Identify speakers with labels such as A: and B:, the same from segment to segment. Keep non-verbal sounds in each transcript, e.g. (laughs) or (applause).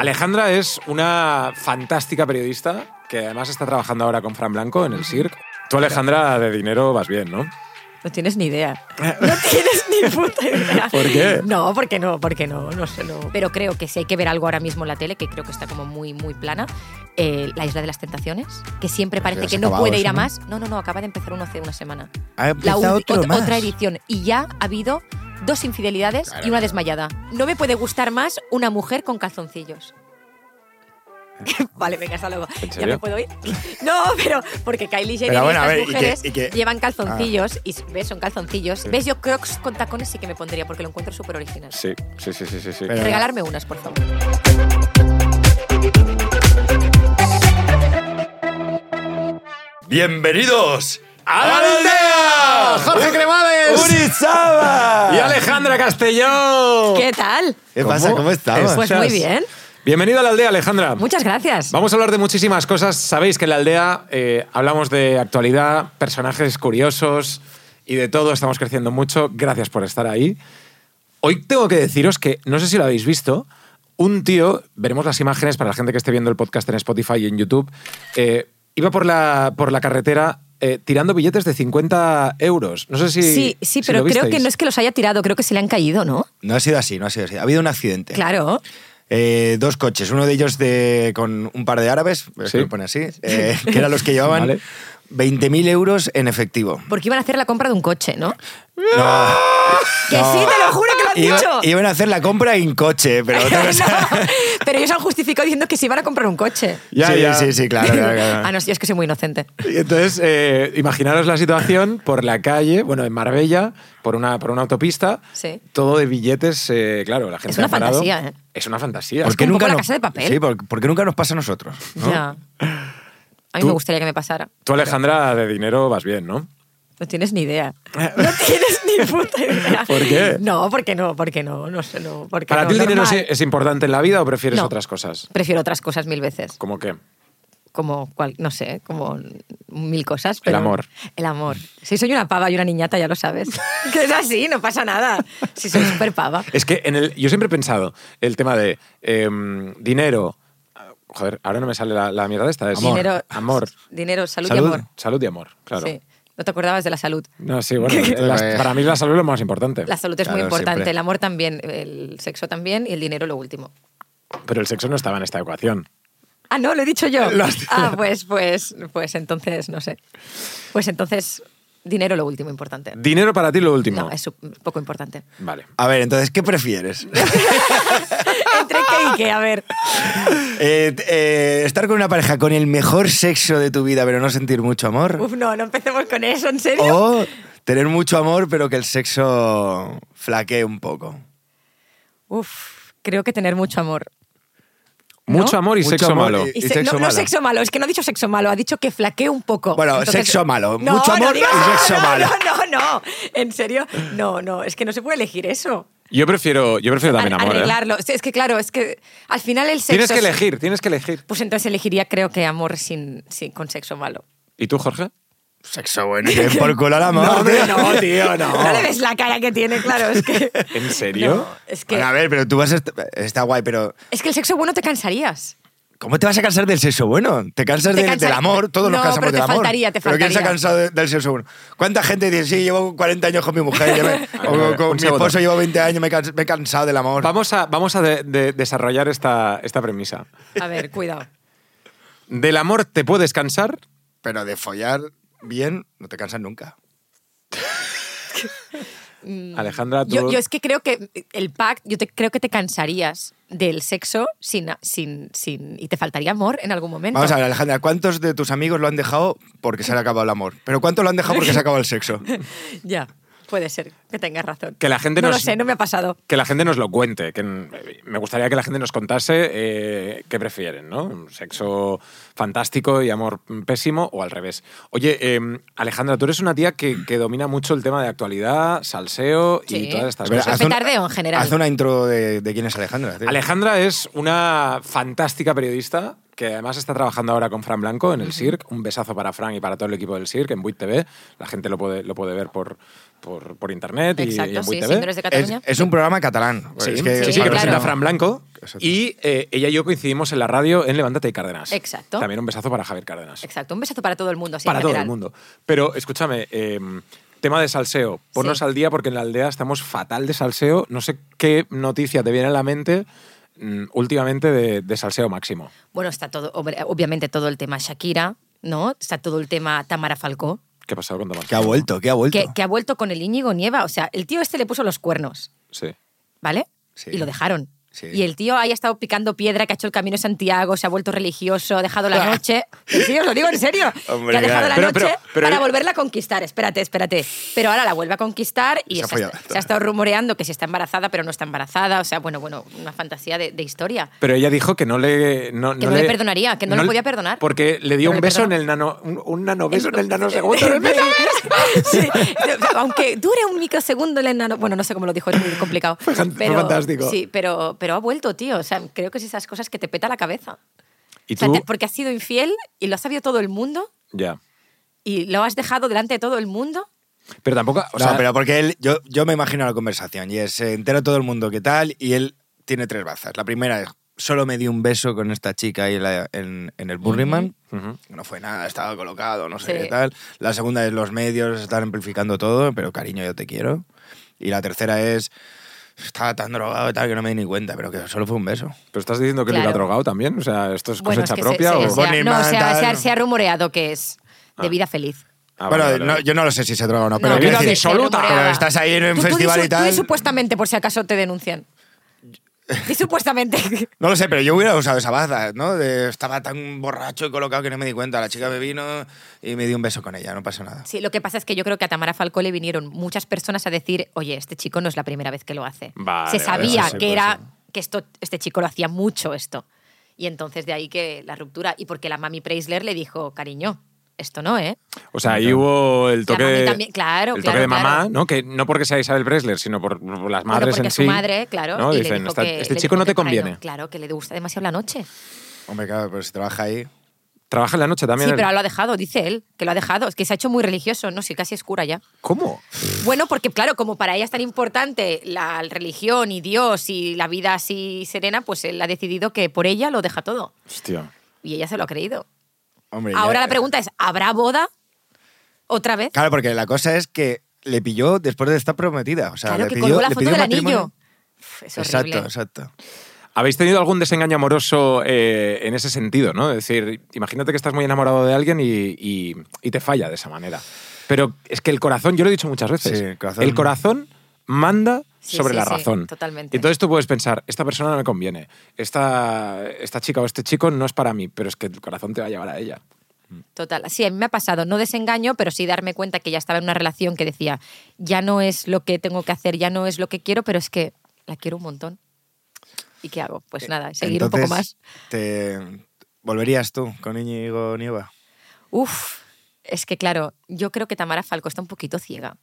A: Alejandra es una fantástica periodista que además está trabajando ahora con Fran Blanco en el CIRC. Tú, Alejandra, de dinero vas bien, ¿no?
B: No tienes ni idea. No tienes ni puta
C: (laughs)
B: idea.
A: ¿Por qué?
B: No, porque no, porque no, no sé. No. Pero creo que si hay que ver algo ahora mismo en la tele, que creo que está como muy, muy plana, eh, La Isla de las Tentaciones, que siempre parece
C: has
B: que no
C: acabado
B: puede ir
C: eso,
B: a
C: ¿no?
B: más. No, no, no, acaba de empezar uno hace una semana.
C: Ha empezado
B: ulti-
C: otro
B: ot-
C: más.
B: Otra edición. Y ya ha habido dos infidelidades y una desmayada. No me puede gustar más una mujer con
C: (laughs)
B: calzoncillos. vale, venga, hasta luego. ¿Ya me
A: serio?
B: puedo ir? (laughs) No, pero porque Kylie Jenner
C: Pero bueno,
B: y estas
C: a ver, ¿y qué-
B: mujeres
C: y Ah. qué-
B: llevan calzoncillos y ves, son calzoncillos. ¿Ves? Yo crocs con tacones sí que me pondría porque lo encuentro súper original.
A: Sí, sí, sí, sí, sí. sí.
C: Pero-
B: Regalarme unas, por favor.
D: Bienvenidos
A: ¡A la aldea! ¡Jorge Cremades!
C: ¡Urizaba!
A: ¡Y Alejandra
C: Oh.
A: Castellón!
B: ¿Qué tal?
C: ¿Qué pasa? ¿Cómo estamos?
B: Pues muy bien.
A: Bienvenido a la aldea, Alejandra.
B: Muchas gracias.
A: Vamos a hablar de muchísimas cosas. Sabéis que en la aldea eh, hablamos de actualidad, personajes curiosos y de todo. Estamos creciendo mucho. Gracias por estar ahí. Hoy tengo que deciros que, no sé si lo habéis visto, un tío, veremos las imágenes para la gente que esté viendo el podcast en Spotify y en YouTube, eh, iba por la, por la carretera eh, tirando billetes de 50 euros. No sé si.
B: Sí,
A: si
B: sí, pero
A: lo
B: creo que
A: visteis.
B: no es que los haya tirado, creo que se le han caído, ¿no?
C: No ha sido así, no ha sido así. Ha habido un accidente.
B: Claro.
C: Eh, dos coches, uno de ellos de, con un par de árabes, es
A: Sí.
C: que lo pone así, eh, que eran
B: (laughs)
C: los que llevaban
A: Vale.
C: 20.000 euros en efectivo.
B: Porque iban a hacer la compra de un coche, ¿no?
C: No,
B: ¡Ah! Que sí, te lo juro que lo han
C: iba-
B: dicho.
C: iban a hacer la compra en coche, pero
B: (laughs)
C: otra
B: No,
C: cosa-
B: pero ellos han justificado diciendo que se iban a comprar un coche.
A: Ya,
C: sí,
A: ya.
C: sí, sí, claro. claro, claro.
B: Ah, no, yo es que soy muy inocente.
A: Y entonces, eh, imaginaros la situación por la calle, bueno, en Marbella, por una, por una autopista,
B: Sí.
A: todo de billetes, eh, claro, la gente
B: Es una
A: ha parado.
B: fantasía, ¿eh?
A: Es una fantasía.
C: ¿Por
B: Es como un poco la casa de papel.
C: Sí, por- porque nunca nos pasa a nosotros. ¿no?
B: Ya. A mí me gustaría que me pasara.
A: Tú, Alejandra, de dinero vas bien, ¿no?
B: No tienes ni
C: (laughs)
B: idea. No tienes ni puta idea.
A: ¿Por qué?
B: No, porque no, porque no, no sé, no. Porque
A: ¿Para
B: no,
A: ti el dinero
B: normal.
A: es, es importante en la vida o prefieres
B: No.
A: otras cosas?
B: Prefiero otras cosas mil veces.
A: ¿Cómo qué?
B: Como, cual, no sé, como mil cosas. Pero
A: amor.
B: El amor. Si soy una pava y una niñata, ya lo sabes. (laughs) que es así, no pasa nada. Si soy súper pava.
A: Es que en el, yo siempre he pensado el tema de em, dinero. Ah, Joder, ahora no me sale la, la mierda esta. Es
C: Amor.
B: Pues Dinero,
A: Amor.
B: Dinero, salud, y
C: Salud.
B: amor.
A: Salud y amor, claro.
B: Sí. No te acordabas de la salud.
A: No, sí, bueno, las- para mí la salud es lo más importante.
B: La salud es muy
C: Claro,
B: importante,
C: siempre.
B: el amor también, el sexo también y el dinero lo último.
A: Pero el sexo no estaba en esta ecuación.
B: Ah, no, lo he dicho yo.
A: (laughs) Lo has dicho.
B: Ah, pues, pues, pues entonces, no sé. Pues entonces, dinero lo último importante.
A: Dinero para ti lo último.
B: No, es su-
A: (laughs)
B: poco importante.
A: Vale.
C: A ver, entonces, ¿qué prefieres?
B: Entre qué y qué, a ver.
C: Eh, eh, estar con una pareja con el mejor sexo de tu vida, pero no sentir mucho amor.
B: Uf, no, no empecemos con eso, ¿en serio?
C: O tener mucho amor, pero que el sexo flaquee un poco.
A: Oh.
B: Uf, creo que tener mucho amor. ¿No?
A: Mucho amor y
C: Mucho
A: sexo
C: amor
A: malo.
C: y-
B: Y se-
C: sexo
B: no, no
C: malo.
B: sexo malo, es que no ha dicho sexo malo, ha dicho que flaquee un poco.
C: Bueno, sexo malo, mucho amor
B: digas-
C: y sexo
B: no,
C: malo.
B: No, no, no, en serio, no, no, es que no se puede elegir eso.
A: Yo prefiero, yo prefiero también
B: Ar-
A: amor. ¿eh?
B: arreglarlo. Es que claro, es que al final el sexo...
A: Tienes que
B: es-
A: elegir, tienes que elegir.
B: Pues entonces elegiría, creo que amor sin, sin- con sexo malo.
A: ¿Y tú, Jorge?
C: Sexo bueno. Que
B: (laughs)
C: por culo al amor. (laughs) tío.
A: tío,
B: No le ves la cara que tiene, claro, es que...
A: ¿En serio?
B: No, es, que
C: Bueno, a ver, pero tú vas a... est- Está guay, pero...
B: es que el sexo bueno te cansarías.
C: ¿Cómo te vas a cansar del sexo bueno? Te cansas
B: Te
C: del-
B: cansa-
C: del amor, todos
B: No,
C: nos cansamos
B: pero te
C: del amor.
B: faltaría, te
C: Pero ¿quién se ha
B: faltaría.
C: cansado de- del sexo bueno? ¿Cuánta gente dice, sí, llevo 40 años con mi
B: (laughs)
C: mujer, lleve-
A: A ver, a ver,
C: o con
A: un
C: mi
A: segundo.
C: esposo llevo 20 años, me, he cans- me he cansado del amor?
A: Vamos a, vamos a de- de- desarrollar esta, esta premisa.
B: A ver, cuidado.
A: ¿Del amor te puedes cansar?
C: Pero de follar bien, no te cansas nunca.
A: Alejandra, tú...
B: Mm. Yo, yo es que creo que el pack, yo te, creo que te cansarías del sexo sin, sin, sin, y te faltaría amor en algún momento.
C: Vamos a ver, Alejandra, ¿cuántos de tus amigos lo han dejado porque se le ha acabado el amor? ¿Pero cuántos lo han dejado porque se ha acabado
B: (laughs)
C: el sexo?
B: Pues Ya, puede ser que tengas razón.
A: Que la gente
B: no
A: nos-
B: lo sé, no me ha pasado.
A: Que la gente nos lo cuente. Que n- me gustaría que la gente nos contase eh, qué prefieren, ¿no? Un Sexo fantástico y amor pésimo o al revés. Oye, eh, Alejandra, tú eres una tía que, que domina mucho el tema de actualidad, salseo
B: Sí.
A: y todas estas
C: A ver,
A: cosas.
C: haz un-
B: petardeo en general.
C: Haz una intro de, de quién es Alejandra. tío.
A: Alejandra es una fantástica periodista que además está trabajando ahora con Fran Blanco en el CIRC. Un besazo para Fran y para todo el equipo del CIRC en Buit TV. La gente lo puede, lo puede ver por, por, por internet y- y,
B: Exacto,
A: en
B: sí,
A: Buit
B: sí,
A: TV.
B: no eres de
C: Es,
B: Cataluña.
C: es un programa catalán.
A: Sí,
C: es que-
A: sí, sí, que
B: claro.
A: presenta Fran Blanco.
C: Exacto.
A: Y eh, ella y yo coincidimos en la radio en Levántate y Cárdenas.
B: Exacto.
A: También un besazo para Javier Cárdenas.
B: Exacto, un besazo para todo el mundo. Así en
A: para todo el
B: general.
A: mundo. Pero escúchame, eh, tema de salseo. Ponnos
B: Sí.
A: al día porque en la aldea estamos fatal de salseo. No sé qué noticia te viene a la mente mm, últimamente de, de salseo máximo.
B: Bueno, está todo, ob- obviamente todo el tema Shakira, ¿no? Está todo el tema Tamara Falcó,
A: ¿Qué ha pasado con Tomás?
C: Que ha vuelto, que ha vuelto.
B: que, que ha vuelto con el Íñigo Nieva. O sea, el tío este le puso los cuernos,
A: Sí.
B: ¿vale?
C: Sí.
B: Y lo dejaron.
C: Sí.
B: Y el tío ahí ha estado picando piedra, que ha hecho el camino de Santiago, se ha vuelto religioso, ha dejado la noche. Sí, os lo digo en serio.
C: Hombre,
B: que ha dejado
C: claro.
B: la
A: Pero-
B: noche
A: pero- pero-
B: para volverla a conquistar. Espérate, espérate. Pero ahora la vuelve a conquistar y
C: Se ha
B: se, ha,
C: follado.
B: se ha estado rumoreando que si está embarazada, pero no está embarazada. O sea, bueno, bueno, una fantasía de- de historia.
A: Pero ella dijo que no le. No,
B: Que no le perdonaría, que no le podía perdonar.
A: Porque le dio
B: Pero
A: un
B: le
A: beso
B: perdonó.
A: en el nano. Un, un nano beso en el
B: (laughs)
A: nanosegundo. en el metaverso.
B: Sí, (laughs) aunque dure un microsegundo el enano. Bueno, no sé cómo lo dijo, es muy complicado.
A: Fue fan- fue fantástico.
B: Sí, pero, pero ha vuelto, tío. O sea, creo que es esas cosas que te peta la cabeza.
A: ¿Y
B: O sea,
A: tú?
B: te- porque has sido infiel y lo ha sabido todo el mundo
A: Ya.
B: y lo has dejado delante de todo el mundo.
A: Pero tampoco. O
C: O
A: sea,
C: sea, pero porque él, yo, yo me imagino la conversación y es, se entera todo el mundo qué tal y él tiene tres bazas. La primera es, solo me di un beso con esta chica ahí en, la- en- en el Burning Man.
A: Ujú.
C: No fue nada, estaba colocado, no sé
B: Sí.
C: qué tal. La segunda es, los medios están amplificando todo, pero cariño, yo te quiero. Y la tercera es, estaba tan drogado y tal que no me di ni cuenta, pero que solo fue un beso.
A: ¿pero estás diciendo que le lo ha
B: Claro.
A: drogado también. O sea, ¿esto es
B: Bueno,
A: cosecha
B: es que se-
A: propia?
B: se,
A: o...
B: se ha-
C: Bonnie
B: no,
C: Man,
B: se ha, se ha-
C: tal.
B: se ha rumoreado que es de vida feliz.
A: Ah,
C: bueno,
A: vale, vale,
C: no-
A: vale.
C: yo no lo sé si se droga o no, Ah, pero
B: No,
C: quiero
A: vida
B: se-
C: decir-
B: se ha
A: disoluta.
B: rumoreado.
C: Pero estás ahí en un
B: Tú- tú
C: festival
B: di su-
C: y tal.
B: tú di supuestamente, por si acaso te
C: (laughs)
B: denuncian. Y supuestamente.
C: No lo sé, pero yo hubiera usado esa baza, ¿no? De- estaba tan borracho y colocado que no me di cuenta. La chica me vino y me dio un beso con ella, no pasó nada.
B: Sí, lo que pasa es que yo creo que a Tamara Falcó le vinieron muchas personas a decir, oye, este chico no es la primera vez que lo hace.
A: Vale, vale,
B: Se sabía
C: eso sí,
B: que
C: puede
B: era
C: ser.
B: que esto, este chico lo hacía mucho esto. Y entonces de ahí que la ruptura. Y porque la mami Preisler le dijo, cariño, esto no, ¿eh?
A: O sea, ahí hubo el toque
B: mami
A: de,
B: también- claro,
A: el toque
B: claro,
A: de mamá,
B: claro.
A: ¿no? Que no porque sea Isabel Bresler, sino por por las
B: Bueno,
A: madres
B: porque
A: en
B: su
A: sí.
B: madre, claro.
A: ¿no?
B: y le
A: Dicen,
B: dijo
A: "Esta-
B: que-
A: este
B: le
A: chico
B: dijo
A: no
B: que
A: te
B: por ahí no".
A: conviene.
B: Claro, que le gusta demasiado la noche.
C: Hombre, claro, pero si trabaja ahí.
A: Trabaja en la noche también.
B: Sí,
A: él.
B: pero lo ha dejado, dice él, que lo ha dejado. Es que se ha hecho muy religioso, no sé, casi es cura ya.
A: ¿Cómo?
B: Bueno, porque claro, como para ella es tan importante la religión y Dios y la vida así serena, pues él ha decidido que por ella lo deja todo.
A: Hostia.
B: Y ella se lo ha creído.
C: Hombre, ya-
B: Ahora la pregunta es, ¿habrá boda otra vez?
C: eh, Claro, porque la cosa es que le pilló después de estar prometida. O sea,
B: Claro,
C: le
B: que
C: pidió-
B: colgó la
C: le
B: foto
C: pidió
B: del
C: matrimonio.
B: anillo. Uf, es horrible.
C: Exacto, exacto.
A: ¿Habéis tenido algún desengaño amoroso eh, en ese sentido, no? Es decir, imagínate que estás muy enamorado de alguien y, y- y te falla de esa manera. Pero es que el corazón, yo lo he dicho muchas veces,
C: Sí, el corazón-
A: el corazón manda
B: Sí,
A: sobre
B: sí,
A: la
B: sí,
A: razón.
B: totalmente.
A: Entonces tú puedes pensar, esta persona no me conviene, esta, esta chica o este chico no es para mí, pero es que el corazón te va a llevar a ella.
B: Total. Sí, a mí me ha pasado, no desengaño, pero sí darme cuenta que ya estaba en una relación que decía, ya no es lo que tengo que hacer, ya no es lo que quiero, pero es que la quiero un montón. ¿Y qué hago? Pues nada, seguir un poco
C: Eh, Entonces,
B: más.
C: Te... ¿Volverías tú con Íñigo Nieva?
B: Uf, es que claro, yo creo que Tamara Falco está un poquito ciega.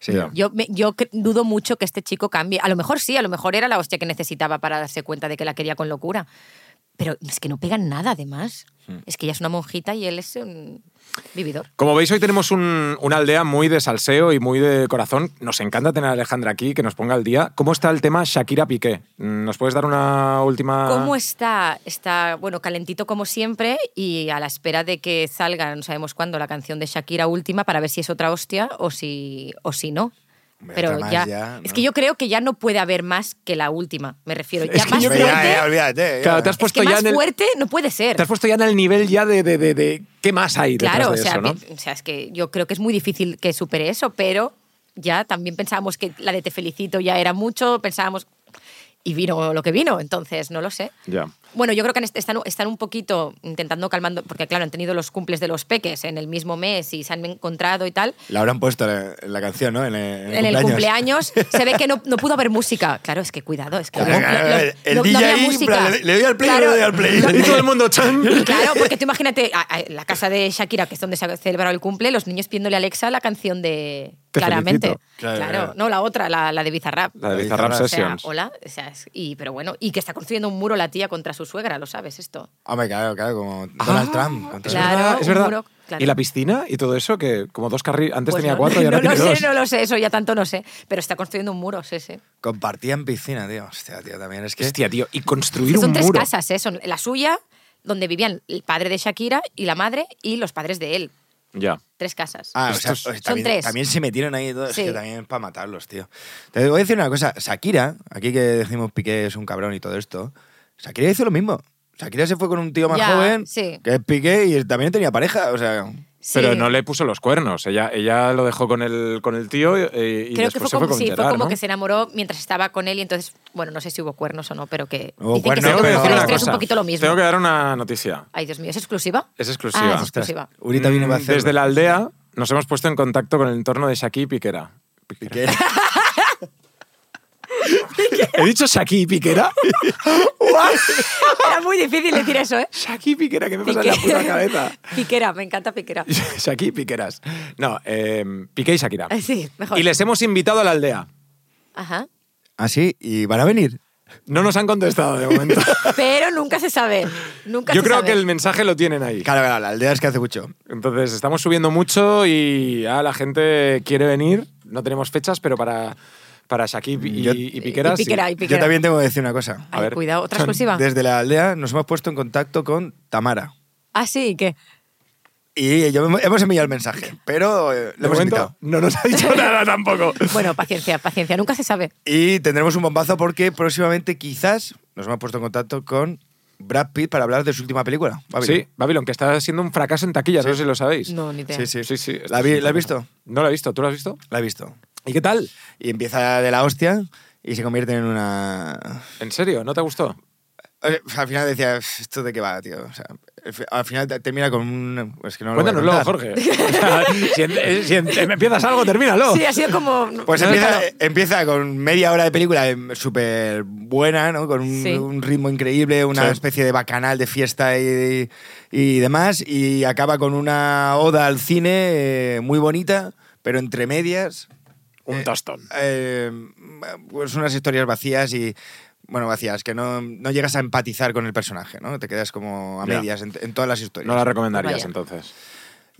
C: Sí.
A: Ya.
B: Yo, me- yo cre- dudo mucho que este chico cambie. A lo mejor sí, a lo mejor era la hostia que necesitaba para darse cuenta de que la quería con locura. Pero es que no pegan nada, además. Es que ella es una monjita y él es un vividor.
A: Como veis, hoy tenemos un- una aldea muy de salseo y muy de corazón. Nos encanta tener a Alejandra aquí, que nos ponga al día. ¿Cómo está el tema Shakira Piqué? Mm, ¿Nos puedes dar una última...?
B: ¿Cómo está? Está, bueno, calentito como siempre y a la espera de que salga, no sabemos cuándo, la canción de Shakira última para ver si es otra hostia o si, o si no.
C: Hombre,
B: Pero
C: otra más
B: ya,
C: ya,
B: Es
C: ¿no?
B: que yo creo que ya no puede haber más que la última, me refiero.
A: Es
B: Ya
A: que
B: más
A: yo
C: Hombre,
B: fuerte,
A: creo-
C: ya, ya, olvídate.
A: Claro,
C: ya.
A: te has
B: es
A: puesto
B: que
A: ya
B: más
A: en el-
B: fuerte no puede ser.
A: Te has puesto ya en el nivel ya de, de- de- de qué más hay detrás
B: Claro,
A: de
B: o sea,
A: eso, ¿no?
B: pi- o sea, es que yo creo que es muy difícil que supere eso, pero ya también pensábamos que la de Te felicito ya era mucho, pensábamos y vino lo que vino, entonces no lo sé.
A: Ya.
B: Bueno, yo creo que han est- están, están un poquito intentando calmando, porque claro, han tenido los cumples de los peques en el mismo mes y se han encontrado y tal.
C: La habrán puesto en en la canción, ¿no? En el,
B: En el cumpleaños se ve que no, no pudo haber música. Claro, es que cuidado, es que
C: Claro,
B: no-
C: claro,
B: no- no- no-
C: el
B: no
C: DJ
B: había
C: ahí,
B: música.
C: en plan, le- le doy al play,
B: Claro,
C: le doy al (laughs) play.
B: no-
A: Y todo el mundo, chan.
B: (laughs) Claro, porque tú imagínate a- a la casa de Shakira, que es donde se ha celebrado el cumple, los niños pidiéndole a Alexa la canción de.
A: Te
B: claramente.
A: felicito.
C: Claro,
B: Claro,
C: claro.
B: no la otra, la, la de Bizarrap.
A: La
C: de
A: de
C: Bizarrap
A: Bizarrap
B: O sea,
A: Sessions.
B: hola. o sea, es- y, pero bueno, y que está construyendo un muro la tía contra sus tu suegra, lo sabes esto.
C: Hombre, claro, claro, como Donald Trump. con todo.
A: Es
B: Ah. Claro.
A: verdad, es verdad.
B: un muro, claro.
A: Y la piscina y todo eso, que como dos carriles. Antes
B: Pues
A: tenía
B: no,
A: cuatro y ahora
B: (laughs) no
A: tiene
B: lo
A: dos.
B: sé, no lo sé, eso ya tanto no sé. Pero está construyendo un muro, sí, sí.
C: Compartían piscina, tío. Hostia, tío, también es que...
A: Hostia, tío. Y construir
B: Que son
A: un
B: tres
A: muro.
B: casas, ¿eh? Son la suya, donde vivían el padre de Shakira y la madre y los padres de él.
A: Ya.
B: Tres casas.
C: Ah, o sea,
A: Estos-
C: o sea,
B: Son
C: también,
B: tres.
C: también se metieron ahí todos,
B: Sí.
C: que también es para matarlos, tío. Te voy a decir una cosa, Shakira, aquí que decimos Piqué es un cabrón y todo esto, Shakira hizo lo mismo. Shakira se fue con un tío más
B: Ya,
C: joven,
B: sí.
C: que es Piqué, y también tenía pareja, o sea...
B: Sí.
A: Pero no le puso los cuernos. Ella, ella lo dejó con el, con el tío eh, y,
B: Creo
A: después
B: que fue
A: se fue
B: como,
A: con
B: sí, fue
A: Gerard,
B: como
A: ¿no?
B: que se enamoró mientras estaba con él y entonces, bueno, no sé si hubo cuernos o no, pero que
C: Hubo
B: dicen
C: cuernos,
B: que
A: Tengo
B: son
A: que
C: pero-
A: decir
B: las
A: una
B: tres un
A: cosa.
B: poquito lo mismo.
A: Tengo que dar una noticia.
B: Ay, Dios mío, ¿es exclusiva?
A: Es exclusiva.
B: Ah, es exclusiva. (laughs)
C: Urita viene
A: Mm,
C: a hacer...
A: Desde la aldea nos hemos puesto en contacto con el entorno de Shakira y Piquera. Piquera.
C: Piqué. (laughs)
A: ¿He dicho Shakira y Piquera? (laughs)
B: Era muy difícil decir
A: (laughs)
B: eso, ¿eh?
A: Shakira y Piquera, ¿qué me pasa en la puta cabeza? (laughs)
B: (laughs) Piquera, me encanta Piquera.
A: Shakira y Piqueras. No, eh, Piqué y Shakira.
B: Ay, (laughs) Sí, mejor.
A: Y les hemos invitado a la aldea.
B: Ajá.
C: Ah, sí, y van a (laughs) venir.
A: No nos han contestado de momento.
B: Pero nunca se sabe. (laughs) Nunca
A: Yo
B: se
A: creo
B: sabe.
A: que el mensaje lo tienen ahí.
C: Claro, claro, la aldea es que hace mucho.
A: Entonces, estamos subiendo mucho y ya la gente quiere venir. No tenemos fechas, pero para, para Shakira y,
C: Yo-
A: y Piqueras.
B: Y Piquera,
A: sí.
B: y Piquera.
C: Yo también tengo que decir una cosa.
A: A
B: Ay, pues
A: ver.
B: cuidado, otra exclusiva.
C: Desde la aldea nos hemos puesto en contacto con Tamara.
B: Ah, sí, ¿y ¿qué?
C: Y yo, hemos enviado el mensaje, pero eh,
A: De
C: lo hemos
A: momento,
C: invitado.
A: no nos ha
B: (laughs)
A: dicho nada tampoco.
B: Bueno, paciencia, paciencia, nunca se sabe.
C: Y tendremos un bombazo porque próximamente quizás nos hemos puesto en contacto con Brad Pitt para hablar de su última película. Babylon.
A: Sí, Babylon, que está siendo un fracaso en taquillas, no sé si lo sabéis.
B: No, ni idea.
C: Sí, sí.
A: Sí, sí, esto
C: ¿La, vi-
A: es un
C: la has
A: fracaso.
C: visto?
A: No la he visto, ¿tú la has visto?
C: La he visto.
A: ¿Y qué tal?
C: Y empieza de la hostia y se convierte en una... eh,
A: ¿En serio? ¿No te gustó?
C: O sea, al final decía, ¿esto de qué va, tío? O sea, al final te- termina con un... Es que no lo voy a
A: Cuéntanoslo,
C: contar.
A: Jorge. O sea,
C: (laughs)
A: si, en- eh, si en- empiezas algo, termínalo.
B: Sí, ha sido como.
C: Pues
A: No,
C: empieza,
A: claro.
C: eh, empieza con media hora de película eh, súper buena, ¿no? Con un,
B: Sí.
C: un ritmo increíble, una
A: Sí.
C: especie de bacanal de fiesta y, y demás, y acaba con una oda al cine eh, muy bonita, pero entre medias,
A: Un tostón.
C: eh, pues unas historias vacías y... Bueno, vacías, que no, no llegas a empatizar con el personaje, ¿no? Te quedas como a
A: Ya.
C: medias en, en todas las historias.
A: No la recomendarías
B: Vaya.
A: entonces.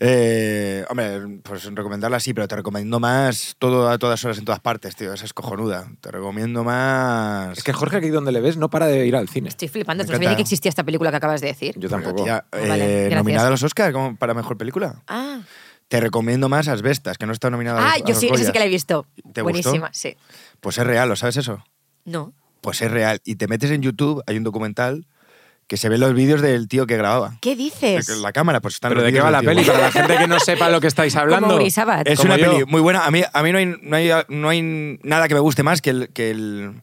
C: Eh, hombre, pues recomendarla sí, pero te recomiendo más todo a todas horas en todas partes, tío. Esa es cojonuda. Te recomiendo más.
A: Es que Jorge, aquí donde le ves, no para de ir al cine.
B: Estoy flipando,
C: Me
B: no sabía ni
C: encanta.
B: que existía esta película que acabas de decir.
A: Yo tampoco.
C: Tía,
B: Ah,
C: eh,
B: vale, gracias.
C: nominada a los Oscars como para mejor película.
B: Ah,
C: Te recomiendo más Asbestas, que no está nominada a
B: ah
C: los- a
B: yo
C: los
B: sí, esa sí
C: Goyas.
B: que la he visto.
C: ¿Te gustó?
B: Buenísima, sí.
C: Pues es real, ¿lo sabes eso?
B: No.
C: Pues es real. Y te metes en YouTube, hay un documental que se ven los vídeos del tío que grababa.
B: ¿Qué dices?
C: La cámara, pues están
A: ¿Pero
C: los
A: de qué
C: vídeos
A: va la
C: del
A: peli?
C: tío.
A: Para
C: (laughs)
A: la gente que no sepa lo que estáis hablando.
B: Como Gris Abad.
C: Es
A: Como
C: una
A: yo.
C: peli muy buena. A mí, a mí no, hay, no, hay, no hay nada que me guste más que, el- que, el-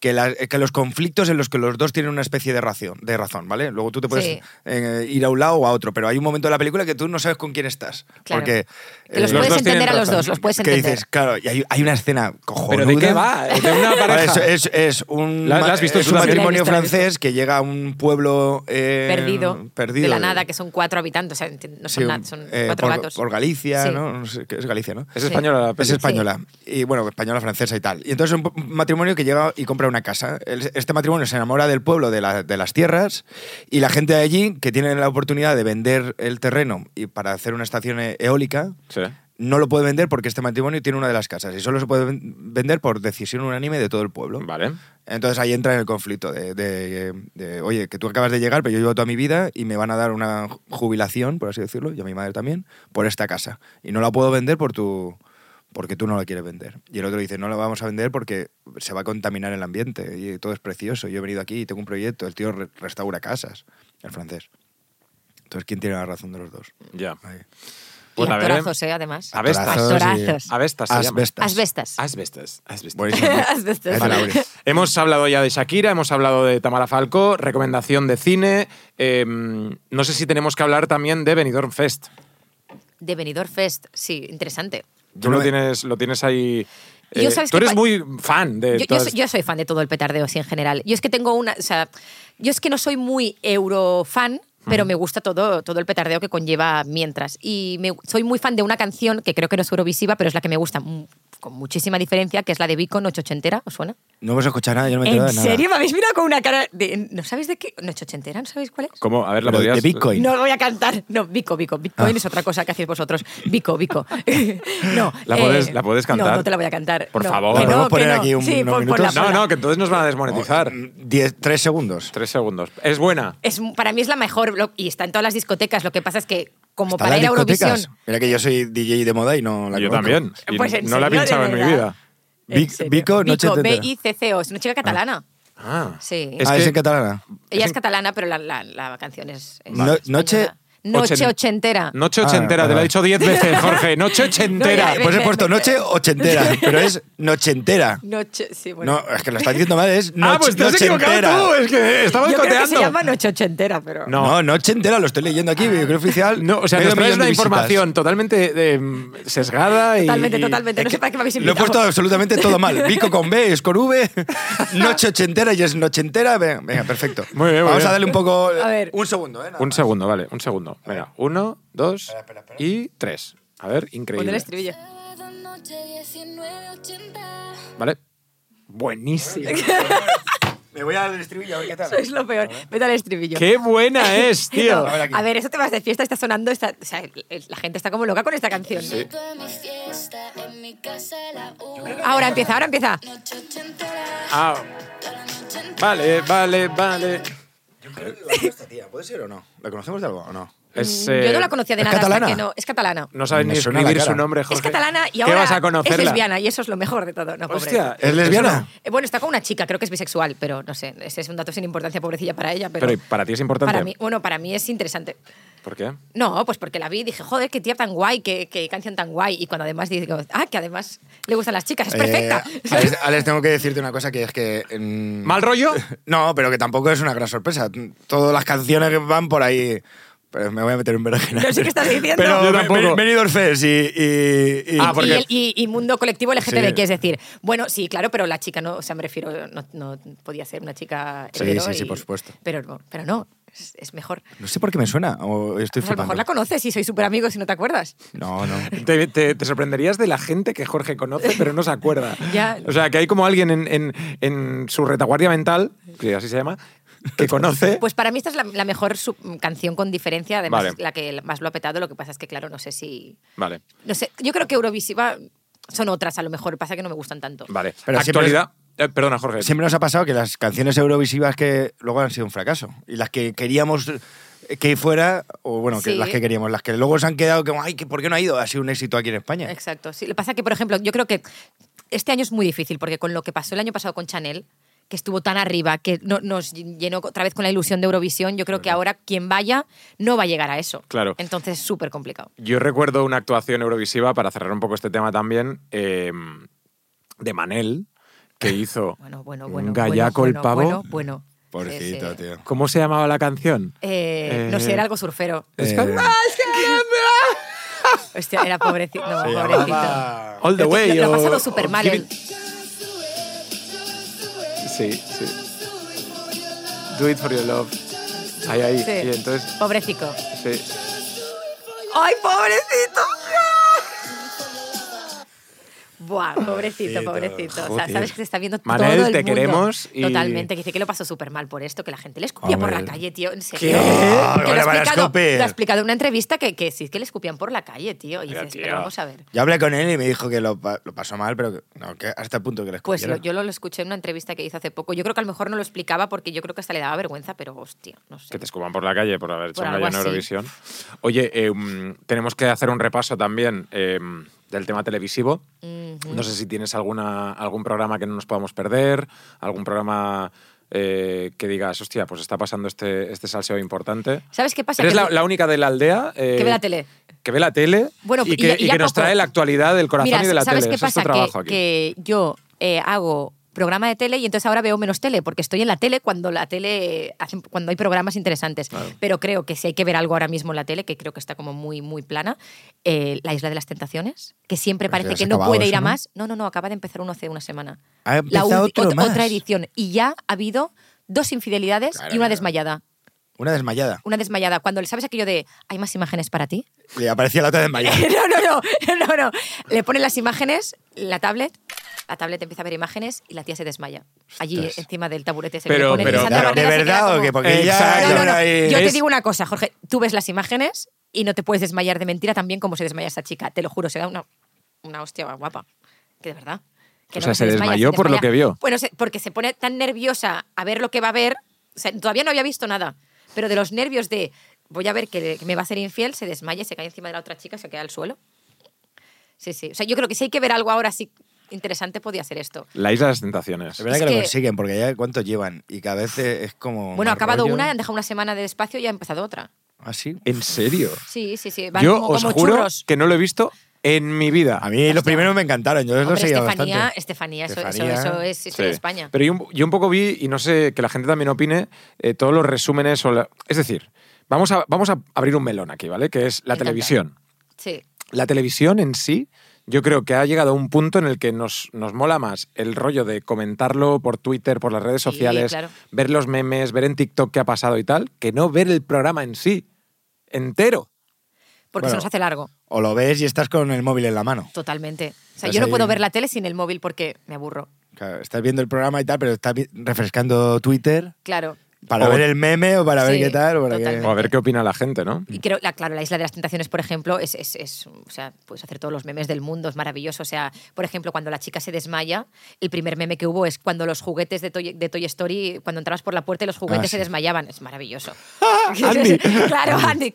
C: que la- que los conflictos en los que los dos tienen una especie de razón, de razón ¿vale? Luego tú te puedes
B: Sí.
C: eh, ir a un lado o a otro, pero hay un momento de la película que tú no sabes con quién estás.
B: Claro.
C: Porque, eh,
B: Que los
A: los
B: puedes
A: dos
B: entender a
A: tienen
B: los
A: razón.
B: dos, los puedes
C: que
B: entender.
C: dices, claro, y hay, hay una escena cojonuda.
A: ¿Pero de qué va? ¿De una
C: Vale,
A: pareja?
C: es, es- es un,
A: ¿La- la
C: ma-
A: has visto en
C: es un
A: Sudáfrica?
C: matrimonio
B: La he visto, la he visto.
C: francés que llega a un pueblo eh,
B: perdido,
C: perdido
B: De
C: eh.
B: la nada, que son cuatro habitantes, o sea, enti- no son
C: Sí,
B: nada, son
C: eh,
B: cuatro
C: por,
B: gatos.
C: por Galicia,
B: Sí.
C: ¿no? No sé, que es Galicia, ¿no?
A: ¿Es
B: Sí.
A: española la peli?
C: Es española. Y bueno, española, francesa y tal. Y entonces un p- un matrimonio que llega y compra una casa. El- Este matrimonio se enamora del pueblo, de, la- de las tierras, y la gente de allí, que tiene la oportunidad de vender el terreno y para hacer una estación e- eólica,
A: Sí.
C: no lo puede vender porque este matrimonio tiene una de las casas. Y solo se puede ven- vender por decisión unánime de todo el pueblo.
A: Vale.
C: Entonces ahí entra en el conflicto de, de- de, oye, que tú acabas de llegar, pero yo llevo toda mi vida y me van a dar una jubilación, por así decirlo, y a mi madre también, por esta casa. Y no la puedo vender por tu, porque tú no la quieres vender. Y el otro dice, no la vamos a vender porque se va a contaminar el ambiente y todo es precioso. Yo he venido aquí y tengo un proyecto, el tío re- restaura casas, el francés. Entonces, ¿quién tiene la razón de los dos?
A: Ya.
C: Ahí.
A: Pues
B: y
A: la veré.
B: actorazos, eh, además.
A: A Avestas.
C: Actorazos y-
B: Actorazos.
A: Avestas se llama.
C: Asbestas.
B: Asbestas.
A: Asbestas. Asbestas.
C: Buenísimo.
A: (laughs)
B: (laughs) Asbestas.
C: Vale, Auri.
A: Hemos hablado ya de Shakira, hemos hablado de Tamara Falco, recomendación de cine. eh, no sé si tenemos que hablar también de Benidorm Fest.
B: De Benidorm Fest, sí, interesante.
A: Tú
C: Yo
A: lo
C: me-
A: tienes, lo tienes ahí. eh,
B: Yo sabes
A: tú
B: que
A: eres
B: pa-
A: muy fan de.
B: Yo- Yo,
A: Eh, todas-
B: soy, yo soy fan de todo el petardeo, sí, en general. Yo es que tengo una. O sea, yo es que no soy muy eurofan, pero me gusta todo, todo el petardeo que conlleva mientras. Y me- soy muy fan de una canción que creo que no es Eurovisiva, pero es la que me gusta mu- con muchísima diferencia, que es la de Vico, Noche Ochentera, ¿os suena?
C: No vas a escuchar nada, yo no me he
B: ¿En
C: enterado de nada.
B: serio? ¿Me habéis mirado con una cara de... ¿No sabéis de qué? ¿Noche Ochentera? ¿No sabéis cuál es?
A: ¿Cómo? A ver, la
C: Pero
A: podías...
C: de Bitcoin.
B: No voy a cantar. No, Vico, Vico. Bitcoin
C: Ah.
B: es otra cosa que hacéis vosotros. Vico, Vico. (laughs) no. eh,
A: ¿La puedes- la puedes cantar?
B: No, no te la voy a cantar.
A: Por
B: No,
A: favor.
B: que
A: ¿La
C: podemos
B: que
C: poner aquí un-
B: Sí,
C: unos
B: pon- ponla,
C: minutos?
A: No,
B: ponla.
A: no, que entonces nos van a desmonetizar.
C: Mm, Diez, tres segundos.
A: Tres segundos. Es buena.
B: Es, para mí es la mejor lo- y está en todas las discotecas. Lo que pasa es que, como
C: ¿Está
B: para
C: en
B: ir a
C: las discotecas?
B: Eurovisión.
C: Mira que yo soy DJ de moda y no la
A: Yo
C: conozco.
A: también. Y
B: Pues en
A: no la he
B: serio, de
A: pinchado en mi
B: verdad.
A: vida.
B: en
C: Vic-
B: serio.
C: Vico, Noche Entera.
B: B-I-C-C-O. Es una chica catalana.
A: Ah.
B: Sí.
A: Es
C: ah,
A: que-
C: es en catalana.
B: Ella es catalana, pero la, la- la canción es. es
C: No-
B: española.
C: noche-
B: Noche
A: Ochen-
B: ochentera.
A: Noche
C: Ah,
A: ochentera, te lo
C: vale.
A: he dicho diez veces,
B: (laughs)
A: Jorge. Noche ochentera.
B: No, ya,
C: Pues he
B: ve- (laughs)
C: puesto
B: ve-
C: noche ochentera, pero es nochentera.
B: Noche. Sí, bueno.
C: No, es que lo estás diciendo mal, es noche
A: ah, pues te has equivocado tú. Es que estabas
B: Yo creo que se
A: coteando.
B: llama Noche Ochentera, pero.
A: No.
C: No. noche entera, lo estoy leyendo
B: Ah.
C: aquí, creo oficial.
A: No, o sea,
C: medio
A: nos traes
C: millón
A: una
C: de visitas.
A: información totalmente em, sesgada y...
B: Totalmente,
A: y-
B: totalmente. No sé para qué me habéis
C: Lo he
B: invitado.
C: puesto absolutamente
A: (laughs)
C: todo mal. Vico con B, es
B: (laughs)
C: con V, noche ochentera y es noche entera. Venga, venga, perfecto.
A: Muy bien, muy
C: Vamos
A: bien.
C: a darle un poco.
B: A ver.
C: Un segundo, ¿eh? Nada
A: Un
C: más.
A: segundo, vale, un segundo. Venga, uno, dos
C: Espera, espera, espera.
A: y tres. A ver,
B: Pon el
A: increíble.
B: estribillo. (laughs)
D: Sábado noche 1980.
A: Vale. Buenísimo.
C: Me voy al estribillo a ver qué tal.
B: Sois lo peor. Vete al estribillo.
A: ¡Qué buena
B: (laughs)
A: es, tío!
B: No,
C: A ver aquí.
B: a ver, eso te vas de fiesta, está sonando. Está, o sea, el- el- la gente está como loca con esta canción.
D: Salgo a mi fiesta en mi casa a la una.
B: Ahora empieza, ahora empieza.
D: Noche ochentera.
A: Ah,
D: Toda la noche entera.
A: vale, vale, vale.
C: Esta tía, este ¿Puede ser o no? ¿La conocemos de algo o no?
A: Es,
B: Mm, Yo
A: eh,
B: no la conocía de
C: ¿es
B: nada. hasta
C: catalana?
B: que no, es catalana.
A: No sabes
C: Me
A: ni
C: suena la
A: escribir su
C: cara.
A: nombre,
B: Es
A: Jorge.
B: catalana y
A: ¿Qué
B: ahora
A: vas a conocerla?
B: es lesbiana y eso es lo mejor de todo. No, pobre.
A: Hostia,
C: ¿Es lesbiana?
B: Eh, Bueno, está con una chica, creo que es bisexual, pero no sé, ese es un dato sin importancia, pobrecilla para ella. Pero,
A: Pero ¿y para ti es importante?
B: Para mí, bueno, para mí es interesante.
A: ¿Por qué?
B: No, pues porque la vi y dije, joder, qué tía tan guay, qué, qué canción tan guay. Y cuando además digo, ah, que además le gustan las chicas, es perfecta.
C: Eh, Alex, Alex, tengo que decirte una cosa que es que. mm,
A: ¿Mal
B: (laughs)
A: rollo?
C: No, pero que tampoco es una gran sorpresa. Todas las canciones que van por ahí. Pero me voy a meter un berenjenal.
B: No sé qué estás diciendo.
C: Pero
A: Yo
C: me-
A: tampoco.
C: me- Benidorm Fest y. y- y-
A: Ah, porque-
B: (laughs) y, el- y- y mundo colectivo LGTBQ,
C: Sí.
B: es decir, bueno, sí, claro, pero la chica no, o sea, me refiero, no, no podía ser una chica
C: Sí,
B: hetero
C: sí, sí,
B: y-
C: por supuesto.
B: Pero, no- pero no, es, es mejor.
C: No sé por qué me suena. O estoy
B: Pues a lo
C: flipando.
B: mejor la conoces y sois súper amigos y no te acuerdas.
C: No, no.
A: Te, te- te sorprenderías de la gente que Jorge conoce, pero no se acuerda.
B: (laughs) Ya.
A: O sea, que hay como alguien en, en- en su retaguardia mental, que así se llama, que conoce.
B: Pues para mí esta es la, la mejor sub- canción con diferencia, además
A: Vale.
B: es la que más lo ha petado, lo que pasa es que, claro, no sé si...
A: Vale,
B: No sé, yo creo que Eurovisiva son otras, a lo mejor, pasa que no me gustan tanto.
A: vale.
C: Pero siempre-
A: Actualidad. eh, perdona, Jorge.
C: Siempre nos ha pasado que las canciones eurovisivas que luego han sido un fracaso. Y las que queríamos que fuera, o bueno, que
B: Sí.
C: las que queríamos, las que luego se han quedado como, ay, que ¿por qué no ha ido? Ha sido un éxito aquí en España.
B: Exacto. Sí, lo que pasa que, por ejemplo, yo creo que este año es muy difícil porque con lo que pasó el año pasado con Chanel, que estuvo tan arriba, que no- nos llenó otra vez con la ilusión de Eurovisión, yo creo que ahora quien vaya no va a llegar a eso.
A: Claro.
B: Entonces es súper complicado.
A: Yo recuerdo una actuación eurovisiva, para cerrar un poco este tema también, eh, de Manel, que
B: Ah.
A: hizo
B: Bueno, bueno, bueno.
A: un gallaco
B: bueno,
A: el pavo.
B: Bueno, bueno.
C: Pobrecito,
B: Sí, sí.
C: tío.
A: ¿Cómo se llamaba la canción?
B: Eh, No sé, era algo surfero.
A: Es
C: Eh,
A: que-
B: Hostia, era pobrecito. No,
C: se
B: pobrecito.
C: llamaba-
A: All the
B: Lo-
A: way.
B: Lo, lo ha
A: o-
B: pasado
A: o
B: súper mal.
A: Give
B: él.
A: it- Sí, sí. Do it for your love. Ahí, ahí.
B: Sí.
A: Y entonces,
B: Pobrecico.
A: sí.
B: ¡Ay, pobrecito! Buah, pobrecito,
C: Pobrecito,
B: pobrecito. O sea,
C: joder.
B: sabes que se está viendo
A: Manel,
B: todo el
A: te
B: mundo.
A: queremos y-
B: Totalmente, que dice que lo pasó súper mal por esto, que la gente le escupía por la
C: Hombre.
B: calle, tío. En serio.
A: ¿Qué?
B: Que
C: Ahora
B: lo, ha
C: van a
B: explicado,
C: escupir.
B: lo ha explicado en una entrevista que, que sí que le escupían por la calle, tío. Y
A: Pero,
B: dices,
A: tío.
B: pero vamos a ver.
C: Yo hablé con él y me dijo que lo, pa- lo pasó mal, pero que, no, que hasta el punto que le
B: Pues lo-
C: escupieron.
B: yo lo, lo escuché en una entrevista que hizo hace poco. Yo creo que a lo mejor no lo explicaba porque yo creo que hasta le daba vergüenza, pero hostia, no sé.
A: Que te escupan por la calle por haber hecho
B: Por
A: una
B: algo
A: en
B: así.
A: Eurovisión. Oye, eh, mm, tenemos que hacer un repaso también eh, del tema televisivo. No sé si tienes alguna, algún programa que no nos podamos perder, algún programa eh, que digas, hostia, pues está pasando este, este salseo importante.
B: ¿Sabes qué pasa?
A: Eres
B: Que
A: la,
B: tú-
A: la única de la aldea. eh,
B: Que ve la tele.
A: Que ve la tele
B: Bueno,
A: y
B: y
A: que,
B: ya-
A: y
B: y ya
A: que nos
B: poco.
A: trae la actualidad del corazón
B: Mira,
A: y de la
B: ¿sabes
A: tele.
B: qué
A: Ese es tu
B: pasa?
A: trabajo
B: que,
A: aquí.
B: que yo eh, hago programa de tele y entonces ahora veo menos tele porque estoy en la tele cuando la tele hacen- cuando hay programas interesantes pero creo que si hay que ver algo ahora mismo en la tele que creo que está como muy muy plana eh, la isla de las tentaciones que siempre
C: Pero ya
B: parece
C: se
B: que
C: ha
B: no
C: acabado
B: puede ir
C: eso,
B: a
C: ¿no?
B: más no no no acaba de empezar uno hace una semana
C: Ha empezado
B: ulti-
C: otro
B: ot-
C: más.
B: otra edición y ya ha habido dos infidelidades
C: Claro,
B: y una
C: claro.
B: desmayada
C: Una desmayada.
B: Una desmayada. Cuando le sabes aquello de, ¿hay más imágenes para ti?
C: Le aparecía la otra
B: (laughs)
C: desmayada.
B: no, no, no, no, no. Le ponen las imágenes, la tablet, la tablet empieza a ver imágenes y la tía se desmaya. Allí
C: Ostras.
B: encima del taburete se
A: Pero-
B: pone.
A: pero-
B: de,
A: pero-
B: Santa
C: ¿De
B: Marina se queda
C: verdad o
B: como-
C: qué? Porque ya...
A: Exacto.
B: No, no, no.
C: ahí-
B: Yo te
A: Ah, Es-
B: digo una cosa, Jorge. Tú ves las imágenes y no te puedes desmayar de mentira también como se desmaya esa chica. Te lo juro, se da una, una hostia más guapa. Que de verdad. que
A: O sea, se desmayó por lo que vio.
B: Bueno, se- porque se pone tan nerviosa a ver lo que va a ver. O sea, todavía no había visto nada. Pero de los nervios de voy a ver que que me va a ser infiel, se desmaya, se cae encima de la otra chica, se queda al suelo. Sí, sí. O sea, yo creo que si hay que ver algo ahora sí interesante, podía ser esto.
A: La isla de las tentaciones.
C: Es verdad
B: Es
C: que, lo
B: que-
C: consiguen, porque ya cuánto llevan. Y cada vez eh, es como.
B: Bueno, ha
C: más
B: acabado
C: rollo.
B: una, han dejado una semana de despacio y ha empezado otra.
C: ¿Ah, sí?
A: ¿En serio?
B: Sí, sí, sí. Van
A: Yo
B: como,
A: os
B: como
A: juro
B: churros.
A: que no lo he visto en mi vida.
C: A mí los primeros me encantaron, yo los
B: Hombre,
C: seguía
B: Estefanía,
C: bastante.
B: Estefanía, eso,
C: Estefanía.
B: eso- eso es eso
A: Sí.
B: es España.
A: Pero yo, un- yo un poco vi, y no sé, que la gente también opine, eh, todos los resúmenes. O la- Es decir, vamos a, vamos a abrir un melón aquí, ¿vale? Que es la
B: Me encanta.
A: televisión.
B: sí.
A: La televisión en sí, yo creo que ha llegado a un punto en el que nos, nos mola más el rollo de comentarlo por Twitter, por las redes
B: Sí,
A: sociales,
B: claro.
A: ver los memes, ver en TikTok qué ha pasado y tal, que no ver el programa en sí, entero.
B: Porque se
C: Bueno.
B: nos hace largo,
C: O lo ves y estás con el móvil en la mano.
B: totalmente. O sea,
C: Pues
B: yo no
C: ahí-
B: puedo ver la tele sin el móvil porque me aburro.
C: Claro, estás viendo el programa y tal, pero estás vi- refrescando Twitter
B: Claro.
C: para
A: O-
C: ver el meme o para
B: Oh. Sí,
C: ver qué tal. O para qué-
A: O
B: totalmente.
A: a ver qué opina la gente, ¿no?
C: Mm.
B: Y creo, la, claro, la Isla de las Tentaciones, por ejemplo, es, es, es- o sea, puedes hacer todos los memes del mundo, es maravilloso. O sea, por ejemplo, cuando la chica se desmaya, el primer meme que hubo es cuando los juguetes de Toy, de Toy Story, cuando entrabas por la puerta y los juguetes
C: Ah,
B: se
C: sí.
B: desmayaban. Es
C: (laughs)
B: maravilloso.
A: Andy.
B: (laughs) claro, Andy.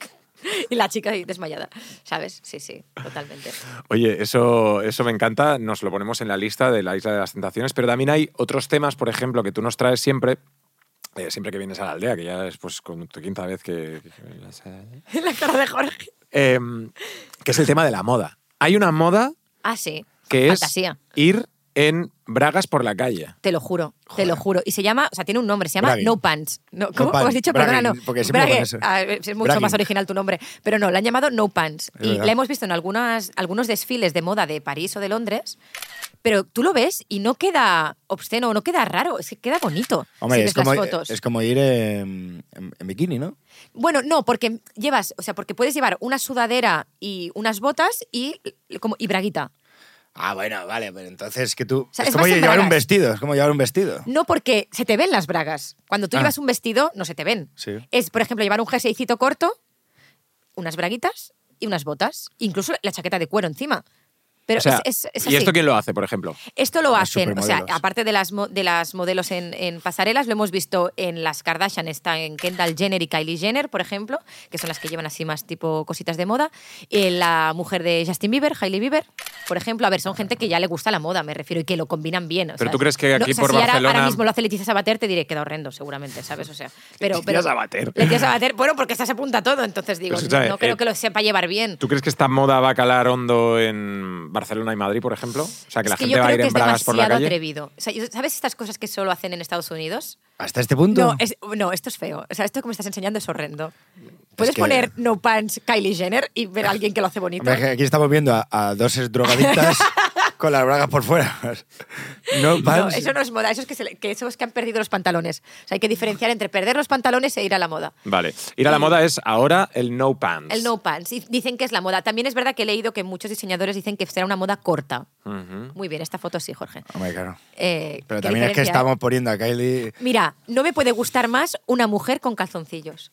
B: Y la chica ahí desmayada, ¿sabes? Sí, sí, totalmente. (laughs)
A: Oye, eso, eso me encanta, nos lo ponemos en la lista de la Isla de las Tentaciones, pero también hay otros temas, por ejemplo, que tú nos traes siempre, eh, siempre que vienes a la aldea, que ya es pues con tu quinta vez que... que vienes a la aldea.
B: la cara de Jorge.
A: Em, que es el tema de la moda. Hay una moda
B: Ah, sí.
A: que es
B: Fantasía.
A: ir en bragas por la calle.
B: Te lo juro, te lo juro. Y se llama, o sea, tiene un nombre, se llama
C: Bragging.
B: No Pants. No, ¿Cómo,
C: No
B: cómo has
C: Pants,
B: dicho?
C: Bragging,
B: Perdona, no.
C: porque siempre
B: Bragging.
C: con eso.
B: Ah, es mucho
C: Bragging.
B: más original tu nombre. Pero no, la han llamado No Pants.
C: Es
B: Y
C: verdad.
B: la hemos visto en algunas, algunos desfiles de moda de París o de Londres. Pero tú lo ves y no queda obsceno, no queda raro, es que queda bonito.
C: Hombre,
B: si
C: es
B: ves
C: como, e-
B: las fotos.
C: es como ir en, en- en bikini, ¿no?
B: Bueno, no, porque llevas, o sea, porque puedes llevar una sudadera y unas botas y, como, y braguita.
C: Ah, bueno, vale, pero entonces que tú...
B: sea,
C: es
B: es
C: como
B: más en
C: llevar un
B: bragas.
C: vestido, es como llevar un vestido.
B: No porque se te ven las bragas. Cuando tú
C: Ah.
B: llevas un vestido, no se te ven.
C: Sí.
B: Es, por ejemplo, llevar un jerseycito corto, unas braguitas y unas botas. Incluso la chaqueta de cuero encima. Pero
A: O sea,
B: es, es- es
A: ¿Y
B: así.
A: esto quién lo hace, por ejemplo?
B: Esto lo
C: Las
B: hacen, o sea,
C: supermodelos.
B: aparte de las, mo- de las modelos en, en pasarelas, lo hemos visto en las Kardashian, está en Kendall Jenner y Kylie Jenner, por ejemplo, que son las que llevan así más tipo cositas de moda. Eh, la mujer de Justin Bieber, Hailey Bieber, por ejemplo, a ver, son gente que ya le gusta la moda, me refiero, y que lo combinan bien. o
A: Pero
B: sea,
A: tú crees que aquí por
B: si ahora- Ahora,
A: Barcelona-
B: mismo lo hace Leticia Sabater, te diré, queda horrendo, seguramente, ¿sabes?
A: (laughs)
B: O sea, pero...
A: Leticia
B: pero
A: Sabater.
B: Leticia Sabater, bueno, porque estás apunta a todo, entonces digo,
A: Pero escúchame,
B: no creo
A: eh,
B: que lo sepa llevar bien.
A: ¿Tú crees que esta moda va a calar hondo en Barcelona y Madrid, por ejemplo? O sea, que
B: Es
A: la
B: que
A: gente
B: yo
A: va a
B: creo
A: ir
B: que
A: en
B: es
A: bragas por la
B: demasiado
A: calle.
B: atrevido. O sea, ¿Sabes estas cosas que solo hacen en Estados Unidos?
C: ¿Hasta este punto?
B: No, es- no, esto es feo. O sea, esto que me estás enseñando es horrendo. Puedes
C: que-
B: poner no pants Kylie Jenner y ver a alguien que lo hace bonito.
C: Hombre, es que aquí estamos viendo a, a
B: (laughs)
C: dos drogadictas con las bragas por fuera. No,
B: No,
C: pants.
B: eso no es moda, eso es que, se le- que esos que han perdido los pantalones. O sea, hay que diferenciar entre perder los pantalones e ir a la moda.
A: Vale. Ir a la moda es ahora el no pants.
B: Eh, El no pants. Y dicen que es la moda. También es verdad que he leído que muchos diseñadores dicen que será una moda corta. Muy bien, esta foto sí, Jorge.
C: Hombre, claro.
B: Eh,
C: Pero
B: ¿qué
C: también es que
B: diferencia?
C: estamos poniendo a Kylie...
B: Mira, no me puede gustar más una mujer con
C: (laughs)
B: calzoncillos.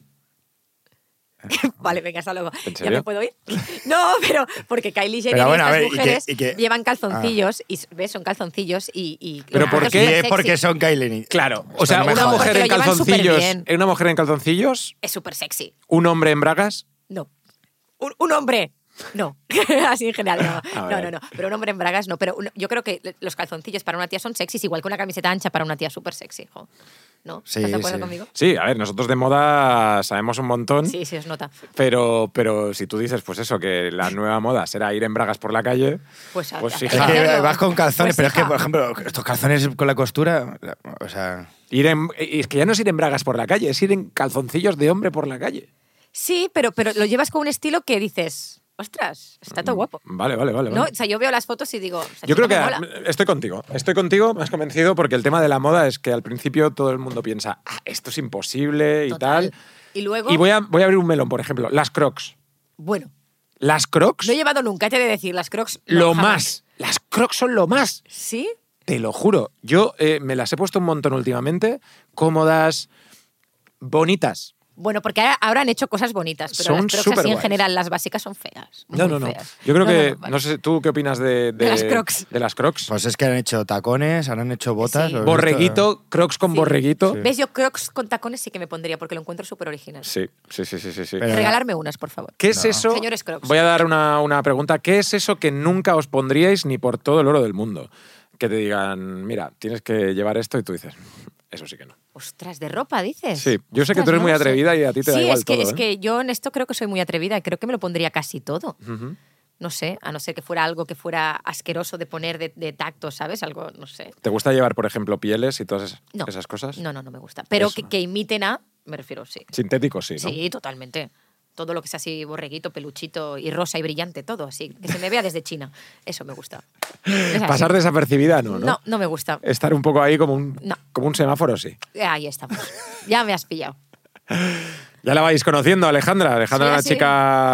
B: vale, venga, hasta luego.
A: ¿En
B: ¿Ya
A: serio?
B: me puedo ir? (laughs) No, pero porque Kylie Jenner
C: Pero bueno,
B: y estas
C: a ver, ¿y qué-
B: mujeres
C: y qué? Ah.
B: llevan calzoncillos y ves, son calzoncillos y. y
A: Pero
B: los
A: ¿por
B: brazos
A: qué?
B: son muy
C: Y es porque
B: sexys.
C: son Kylie.
A: Claro. O sea,
C: no me
A: una
C: jodas.
A: mujer
B: Porque
A: en
B: lo llevan
A: calzoncillos. eh,
B: superbién.
A: Una mujer en calzoncillos,
B: Es súper sexy.
A: un hombre en bragas.
B: No. Un, un hombre. No, (laughs) así en
C: Ah,
B: general no.
A: A
B: No,
A: ver.
B: no, no. Pero un hombre en bragas no. Pero un- yo creo que los calzoncillos para una tía son sexys, igual que una camiseta ancha para una tía súper sexy. jo. ¿No?
C: Sí,
B: ¿Estás de acuerdo
C: sí.
B: conmigo?
A: Sí, a ver, nosotros de moda sabemos un montón.
B: Sí, sí, os nota.
A: Pero, pero si tú dices, pues eso, que la nueva moda será ir en bragas por la calle,
B: Pues, a- a-
C: Es
A: hija,
C: que
B: Claro.
C: vas con calzones,
B: Pues
C: pero es que,
B: hija.
C: por ejemplo, estos calzones con la costura, la- o sea,
A: ir en- y es que ya no es ir en bragas por la calle, es ir en calzoncillos de hombre por la calle.
B: Sí, pero, pero lo llevas con un estilo que dices, ostras, está todo guapo.
A: Vale, vale, vale.
B: ¿No?
A: vale.
B: O sea, yo veo las fotos y digo, "Esta
A: Mm, Yo creo
B: chica
A: que
B: me mola".
A: estoy contigo, estoy contigo, más convencido, porque el tema de la moda es que al principio todo el mundo piensa, "Ah, esto es imposible y
B: Total.
A: tal.
B: Y luego,
A: Y voy a, voy a abrir un melón, por ejemplo. Las crocs.
B: bueno,
A: Las crocs,
B: no he llevado nunca, te he de decir, las crocs. no,
A: lo
B: jamás.
A: más. Las crocs son lo más.
B: ¿Sí?
A: Te lo juro. Yo eh, me las he puesto un montón últimamente. Cómodas, bonitas.
B: Bueno, porque ahora- ahora han hecho cosas bonitas, pero
A: Son
B: las crocs así en
A: superguays.
B: general, las básicas son feas.
A: No,
B: muy
A: no, no.
B: feas.
A: Yo creo que. No,
B: vale.
A: sé, ¿tú qué opinas de.
B: De las crocs.
A: De las crocs.
C: Pues es que han hecho tacones, han hecho botas.
B: Sí.
C: ¿lo has visto?
A: Borreguito, crocs con
B: Sí.
A: borreguito.
B: ¿Ves? Yo crocs con tacones sí que me pondría porque lo encuentro súper original.
A: Sí, sí, sí, sí, sí. sí.
C: Pero-
B: Regalarme unas, por favor.
A: ¿Qué es
C: No.
A: eso?
B: Señores crocs.
A: Voy a dar una, una pregunta. ¿Qué es eso que nunca os pondríais ni por todo el oro del mundo? Que te digan, mira, tienes que llevar esto y tú dices, eso sí que no.
B: Ostras, de ropa, dices.
A: Sí, yo sé que tú eres
B: no
A: muy
B: lo sé.
A: atrevida y a ti te da
B: Sí,
A: igual
B: es que,
A: todo,
B: es
A: ¿eh?
B: que yo en esto creo que soy muy atrevida. Creo que me lo pondría casi todo.
A: Ujú.
B: No sé, a no ser que fuera algo que fuera asqueroso de poner de, de tacto, ¿sabes? Algo, no sé.
A: ¿Te gusta llevar, por ejemplo, pieles y todas esas,
B: No.
A: esas cosas?
B: No, no, no me gusta. Pero
A: Eso.
B: que, que imiten a, me refiero, sí.
A: Sintéticos, sí, ¿no?
B: Sí, totalmente. Todo lo que sea así, borreguito, peluchito y rosa y brillante, todo así. Que se me vea desde China. Eso me gusta. Es
A: (laughs)
B: así.
A: Pasar desapercibida, no, ¿no?
B: No, no me gusta.
A: Estar un poco ahí como un,
B: No.
A: como un semáforo, sí.
B: Ahí estamos. Ya me has pillado.
A: Ya la vais conociendo, Alejandra. Alejandra es
B: Sí,
A: una
B: así.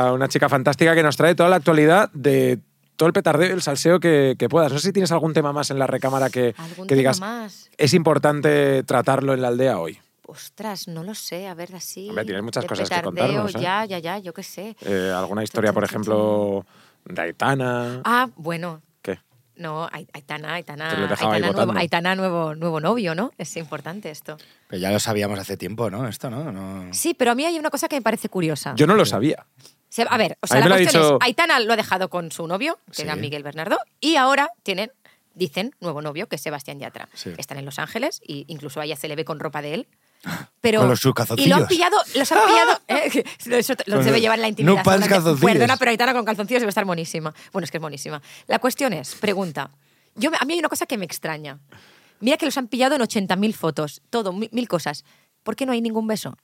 A: chica, una chica fantástica que nos trae toda la actualidad de todo el petardeo y el salseo que, que puedas. No sé si tienes algún tema más en la recámara que,
B: ¿Algún
A: que
B: tema
A: digas,
B: más?
A: es importante tratarlo en la aldea hoy.
B: Ostras, no lo sé. A ver, así.
A: Hombre, tienes muchas
B: de
A: cosas que
B: petardeo,
A: contarnos, ¿eh?
B: Ya, ya, ya, yo qué sé.
A: Eh, ¿Alguna historia, por ejemplo, de Aitana?
B: Ah, bueno.
A: ¿Qué?
B: No, Ai- Aitana, Aitana,
A: Te lo he dejado ahí
B: Aitana, nuevo,
A: votando. Mm.
B: Aitana nuevo, nuevo novio, ¿no? Es importante esto.
C: Pero ya lo sabíamos hace tiempo, ¿no? Esto, ¿no? no...
B: Sí, pero a mí hay una cosa que me parece curiosa.
A: Yo no lo sabía.
B: Se-
C: Mm.
B: a ver, o
A: A
B: sea,
A: mí me lo
B: la
A: ha
B: cuestión
A: dicho-
B: es, Aitana lo ha dejado con su novio, que era
C: Sí.
B: Miguel Bernardo, y ahora tienen, dicen, nuevo novio, que es Sebastián Yatra.
C: Sí.
B: Están en Los Ángeles y incluso a ella se le ve con ropa
C: (laughs)
B: de él. Pero,
C: Con los sus
B: y lo han
C: calzoncillos.
B: pillado, los han
C: (laughs)
B: pillado. eh, eso te- los
C: Con
B: debe
C: los-
B: llevar en la
C: no
B: intimidad.
C: pants,
B: seguramente.
C: calzoncillos.
B: Perdona, pero Aitana con calzoncillos debe estar monísima. Bueno, es que es monísima. La cuestión es, pregunta. Yo, me- a mí hay una cosa que me extraña. Mira que los han pillado en 80.000 fotos, todo, mi- mil cosas. ¿Por qué no hay ningún beso?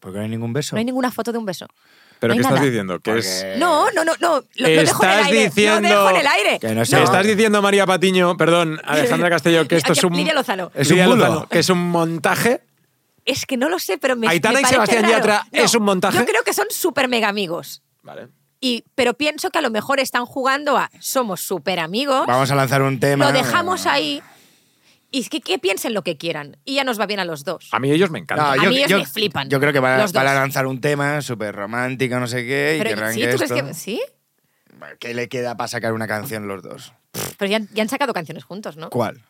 C: Porque no hay ningún beso.
B: No hay ninguna foto de un beso.
A: ¿Pero
B: No hay
A: qué estás
B: nada.
A: diciendo? Que es...
C: Porque-
B: No, no, no, no. Lo, lo dejo en el
A: Estás
B: aire.
A: diciendo-
B: Lo dejo en el aire.
C: Que no sé.
A: ¿Qué
C: No.
A: estás diciendo, María Patiño,
B: (laughs)
A: perdón, Alejandra Castelló, que esto
B: Aquí,
A: es un...
B: Lidia Lozano.
C: Es un
A: Lidia
C: bulo.
A: Lozano, que es un montaje.
B: Es que no lo sé, pero me.
A: Aitana
B: me
A: y
B: parece
A: Sebastián
B: raro.
A: Yatra,
B: No,
A: ¿es un montaje?
B: Yo creo que son súper mega amigos.
A: Vale.
B: Y, pero pienso que a lo mejor están jugando a somos súper amigos,
C: Vamos a lanzar un tema.
B: lo dejamos ahí y es que, que piensen lo que quieran. Y ya nos va bien a los dos.
A: A mí ellos me
C: No,
A: encantan.
B: A mí ellos me flipan,
C: Yo creo que van, a-
B: los dos.
C: van a lanzar un tema súper romántico, no sé qué, y
B: pero
C: querrán
B: sí,
C: que
B: ¿tú crees
C: esto-
B: que sí?
C: ¿Qué le queda para sacar una canción los dos?
B: Pero ya, han- ya han sacado canciones juntos, ¿no?
C: ¿Cuál?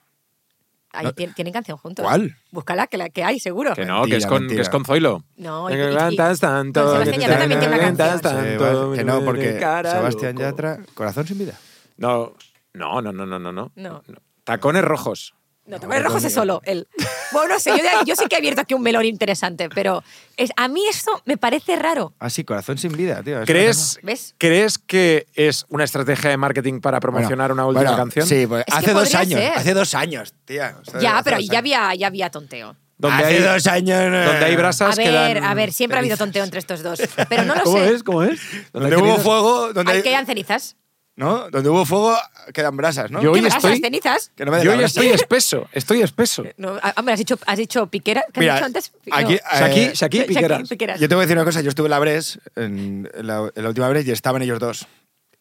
B: Ahí
C: No.
B: tien- tienen canción juntos.
C: ¿Cuál?
B: Búscala, que la que hay, seguro.
A: Que no, que es,
C: Mentira,
A: con,
C: mentira.
A: que es con Zoilo.
B: No, y-
A: Que
B: y- y-
A: cantas tanto,
B: con Sebastián
A: que
B: Yatra también tiene una
A: cantas
B: canción.
C: Eh,
A: tanto,
C: vale, que no,
A: mira
C: porque
A: de cara,
C: Sebastián
A: loco.
C: Yatra, corazón sin vida.
A: No, no, no, no, no, no, no.
B: No.
A: Tacones rojos.
B: No, te pones rojo ese solo, él. Bueno, no sé, yo, yo sí que he abierto aquí un melón interesante, pero es, a mí esto me parece raro.
C: Ah, sí, corazón sin vida, tío. es
A: ¿Crees,
B: ¿Ves?
A: ¿Crees que es una estrategia de marketing para
C: una-
A: promocionar
C: Bueno,
A: una última
C: bueno,
A: canción?
C: Sí, pues,
B: Es que
C: hace dos
B: podría
C: años.
B: ser.
C: Hace dos años, tía. o sea,
B: ya,
C: Eh, hace
B: pero
C: dos
B: ya
C: años.
B: había, ya había tonteo.
A: Donde
C: hace
A: hay,
C: dos años. eh.
A: donde hay brasas
B: A ver,
A: quedan-
B: a ver, siempre ha habido tonteo entre estos dos, pero no lo
A: ¿Cómo
B: sé.
A: es? ¿Cómo es?
C: Donde
A: hay
C: hubo
A: cenizas-
C: fuego, donde
B: Hay
C: hay,
B: que hayan cenizas.
C: ¿no? Donde hubo fuego quedan brasas, ¿no?
A: Yo hoy
B: ¿Qué brasas,
A: estoy-
B: cenizas?
C: Que no me dé
A: Yo
C: la
A: ya
C: brasa.
A: estoy espeso, estoy espeso.
B: No, a- hombre, has dicho, has dicho piquera. ¿Qué
C: Mira,
B: has dicho antes? No.
C: aquí-
B: (laughs) Shaki-
A: Shaki,
C: Eh,
A: Shaki, Piqueras.
B: piqueras.
C: Yo te voy a decir una cosa, yo estuve en la Bres, en la, en la última Bres, y estaban ellos dos.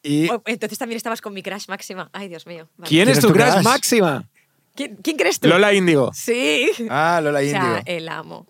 C: Y
B: Oh, Entonces también estabas con mi crush máxima. Ay, Dios mío. Vale.
A: ¿Quién es tu crush máxima?
B: ¿Quién, quién crees tú?
A: Lola Índigo.
B: Sí.
C: Ah, Lola
B: o
C: Indio.
B: sea, eh, el amo.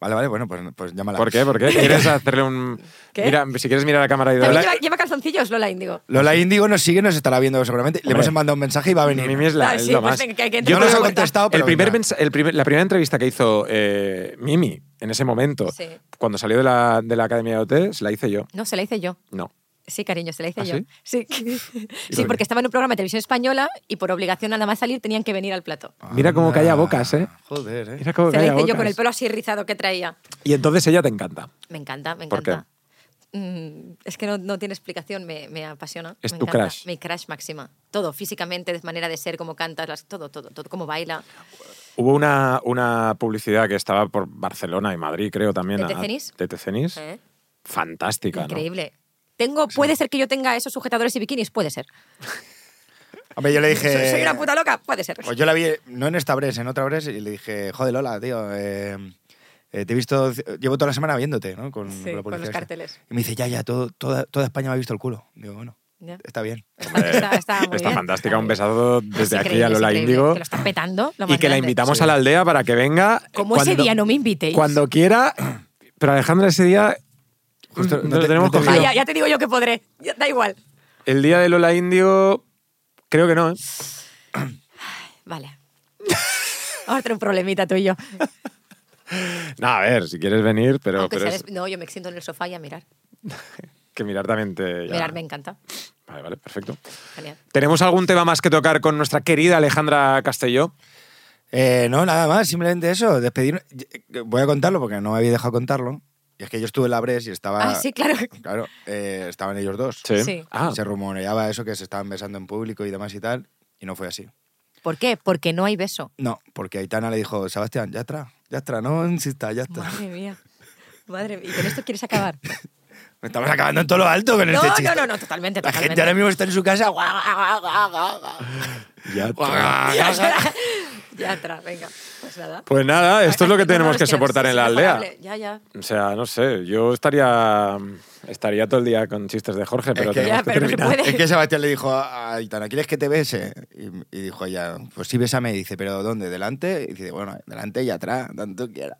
C: Vale, vale, bueno, pues, pues llámala.
A: ¿Por qué? ¿Por qué? ¿Quieres hacerle un...?
B: ¿Qué?
A: Mira, si quieres mirar a cámara y
B: También
A: Lola-
B: lleva, lleva calzoncillos, Lola Índigo.
C: Lola Índigo nos sigue, nos estará viendo seguramente. Le
A: Hombre.
C: hemos mandado un mensaje y va a venir.
A: Mimi es la,
B: Ah,
A: es
B: sí,
A: lo
B: pues
A: más.
B: venga, que hay que
A: Yo
B: entrar
C: no
A: creo
C: nos ha
A: que
C: contestado,
A: el
C: pero
A: primer
C: venga.
A: mensa- el primer- la primera entrevista que hizo eh, Mimi en ese momento,
B: Sí.
A: cuando salió de la, de la Academia de OT, se la hice yo.
B: No, se la hice yo.
A: No.
B: Sí, cariño, se la hice
A: ¿Ah,
B: yo. Sí, sí,
A: por qué?
B: porque estaba en un programa de televisión española y por obligación nada más salir tenían que venir al plato.
A: Mira cómo
C: Anda.
A: calla bocas, ¿eh?
C: Ah. Joder, eh.
A: Mira cómo
B: se la
A: calla
B: hice yo con
A: bocas.
B: el pelo así rizado que traía.
A: Y entonces ella te encanta.
B: Me encanta, me
A: ¿Por qué?
B: encanta. Mm, es que no, no tiene explicación, me, me apasiona.
A: Es
B: me
A: tu
B: encanta.
A: crush.
B: Mi crush máxima. Todo, físicamente, de manera de ser, cómo cantas, las- todo, todo, todo, cómo baila.
A: Hubo una, una publicidad que estaba por Barcelona y Madrid, creo también.
B: ¿De
A: a-
B: Tecenis?
A: De Tecenis.
B: ¿eh?
A: Fantástica, ¿no?
B: Increíble. Tengo, puede ser que yo tenga esos sujetadores y bikinis, puede ser.
C: Hombre, yo le dije.
B: Soy, soy una puta loca, puede ser.
C: Pues yo la vi, no en esta Bres, en otra Bres, y le dije, joder, Lola, tío, eh, eh, te he visto, llevo toda la semana viéndote, ¿no? Con,
B: Sí,
C: con la
B: con
C: policía
B: los
C: esta.
B: carteles.
C: Y me dice, ya, ya, todo, toda, toda España me ha visto el culo. Digo, bueno,
B: Ya.
C: está bien.
B: Está,
A: (laughs)
B: está muy
A: Eh, Está
B: bien.
A: fantástica,
B: Está
A: un
B: muy
A: besado
B: bien.
A: desde
B: Es
A: aquí a
B: increíble,
A: Lola
B: es increíble,
A: Índigo.
B: Que lo está petando. lo
A: Y
B: más
A: que la
B: grande.
A: invitamos
C: Sí.
A: a la aldea para que venga.
B: Como ese día no me invitéis.
A: Cuando quiera. Pero Alejandra, ese día.
C: Justo,
A: nos
C: no
A: lo
C: te-
A: tenemos
C: no te
A: cogido.
B: Vaya, Ah, ya te digo yo que podré. Ya, da igual.
A: El día de Lola Índigo. Creo que no, ¿eh?
B: Vale. (laughs) Vamos a tener un problemita tú y yo.
A: No, a ver, si quieres venir, pero,
B: Aunque
A: pero
B: sea
A: es
B: des- No, yo me siento en el sofá y a mirar.
A: que mirar también te. ya.
B: Mirar me encanta.
A: Vale, vale, perfecto.
B: Genial.
A: ¿Tenemos algún tema más que tocar con nuestra querida Alejandra Castelló?
C: Eh, no, nada más, simplemente eso, despedir. Voy a contarlo porque no me había dejado contarlo. Y es que yo estuve en la Bres y estaba.
B: Ah, sí, claro.
C: Claro, eh, estaban ellos dos.
B: Sí.
A: Ah,
C: Se rumoreaba eso, que se estaban besando en público y demás y tal, y no fue así.
B: ¿Por qué? Porque no hay beso.
C: No, porque Aitana le dijo, Sebastián, ya está, ya está, no insista, ya está.
B: Madre mía. Madre mía. ¿Y con esto quieres acabar?
A: (laughs)
C: Me estamos acabando en todo lo alto con
B: No,
C: este
B: no,
C: chiste.
B: no, no, totalmente,
C: La gente
B: totalmente.
C: ahora mismo está en su casa.
A: ya.
B: (laughs) Ya atrás, venga. Pues nada.
A: Pues nada, esto es lo que
B: (laughs) No, no,
A: tenemos
B: es
A: que
B: no,
A: soportar
B: es
A: en la aldea.
B: insoportable.
A: (laughs)
B: Ya, ya.
A: O sea, no sé, yo estaría estaría todo el día con chistes de Jorge, pero
C: que-
A: tenemos
B: Ya,
A: que
B: pero no se
A: terminar.
B: puede.
C: Es que Sebastián le dijo a Aitana, ¿quieres que te bese? Y, y dijo ella, pues sí, bésame. Y dice, ¿pero dónde? ¿Delante? Y dice, bueno, delante y atrás, tanto
B: (laughs)
C: quiera.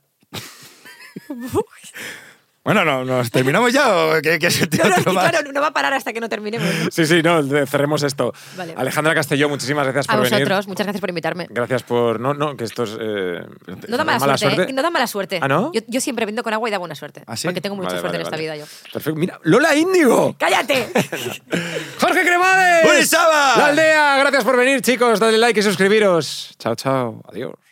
C: bueno, no, ¿nos terminamos ya o qué, qué se te
B: No, no, es
C: otro
B: que,
C: más?
B: claro, no va a parar hasta que no terminemos.
A: (laughs)
B: ¿no?
A: Sí, sí, no, de- cerremos esto.
B: Vale.
A: Alejandra Castelló, muchísimas gracias
B: A
A: por venir.
B: vosotros, muchas gracias por invitarme.
A: Gracias por no, no, que esto es eh,
B: No da mala, suerte, ¿eh? no da mala suerte.
A: ¿Ah, no?
B: Yo, yo siempre vendo con agua y da buena suerte.
C: ¿Ah, sí?
B: Porque tengo mucha
A: Vale,
B: suerte
A: vale,
B: en
A: vale.
B: esta vida yo.
A: Perfecto. Mira, Lola Índigo.
B: ¡Cállate!
A: (laughs) Jorge Cremades.
C: ¡Uri Saba!
A: La aldea, gracias por venir, chicos. Dale like y suscribiros. Chao, chao. Adiós.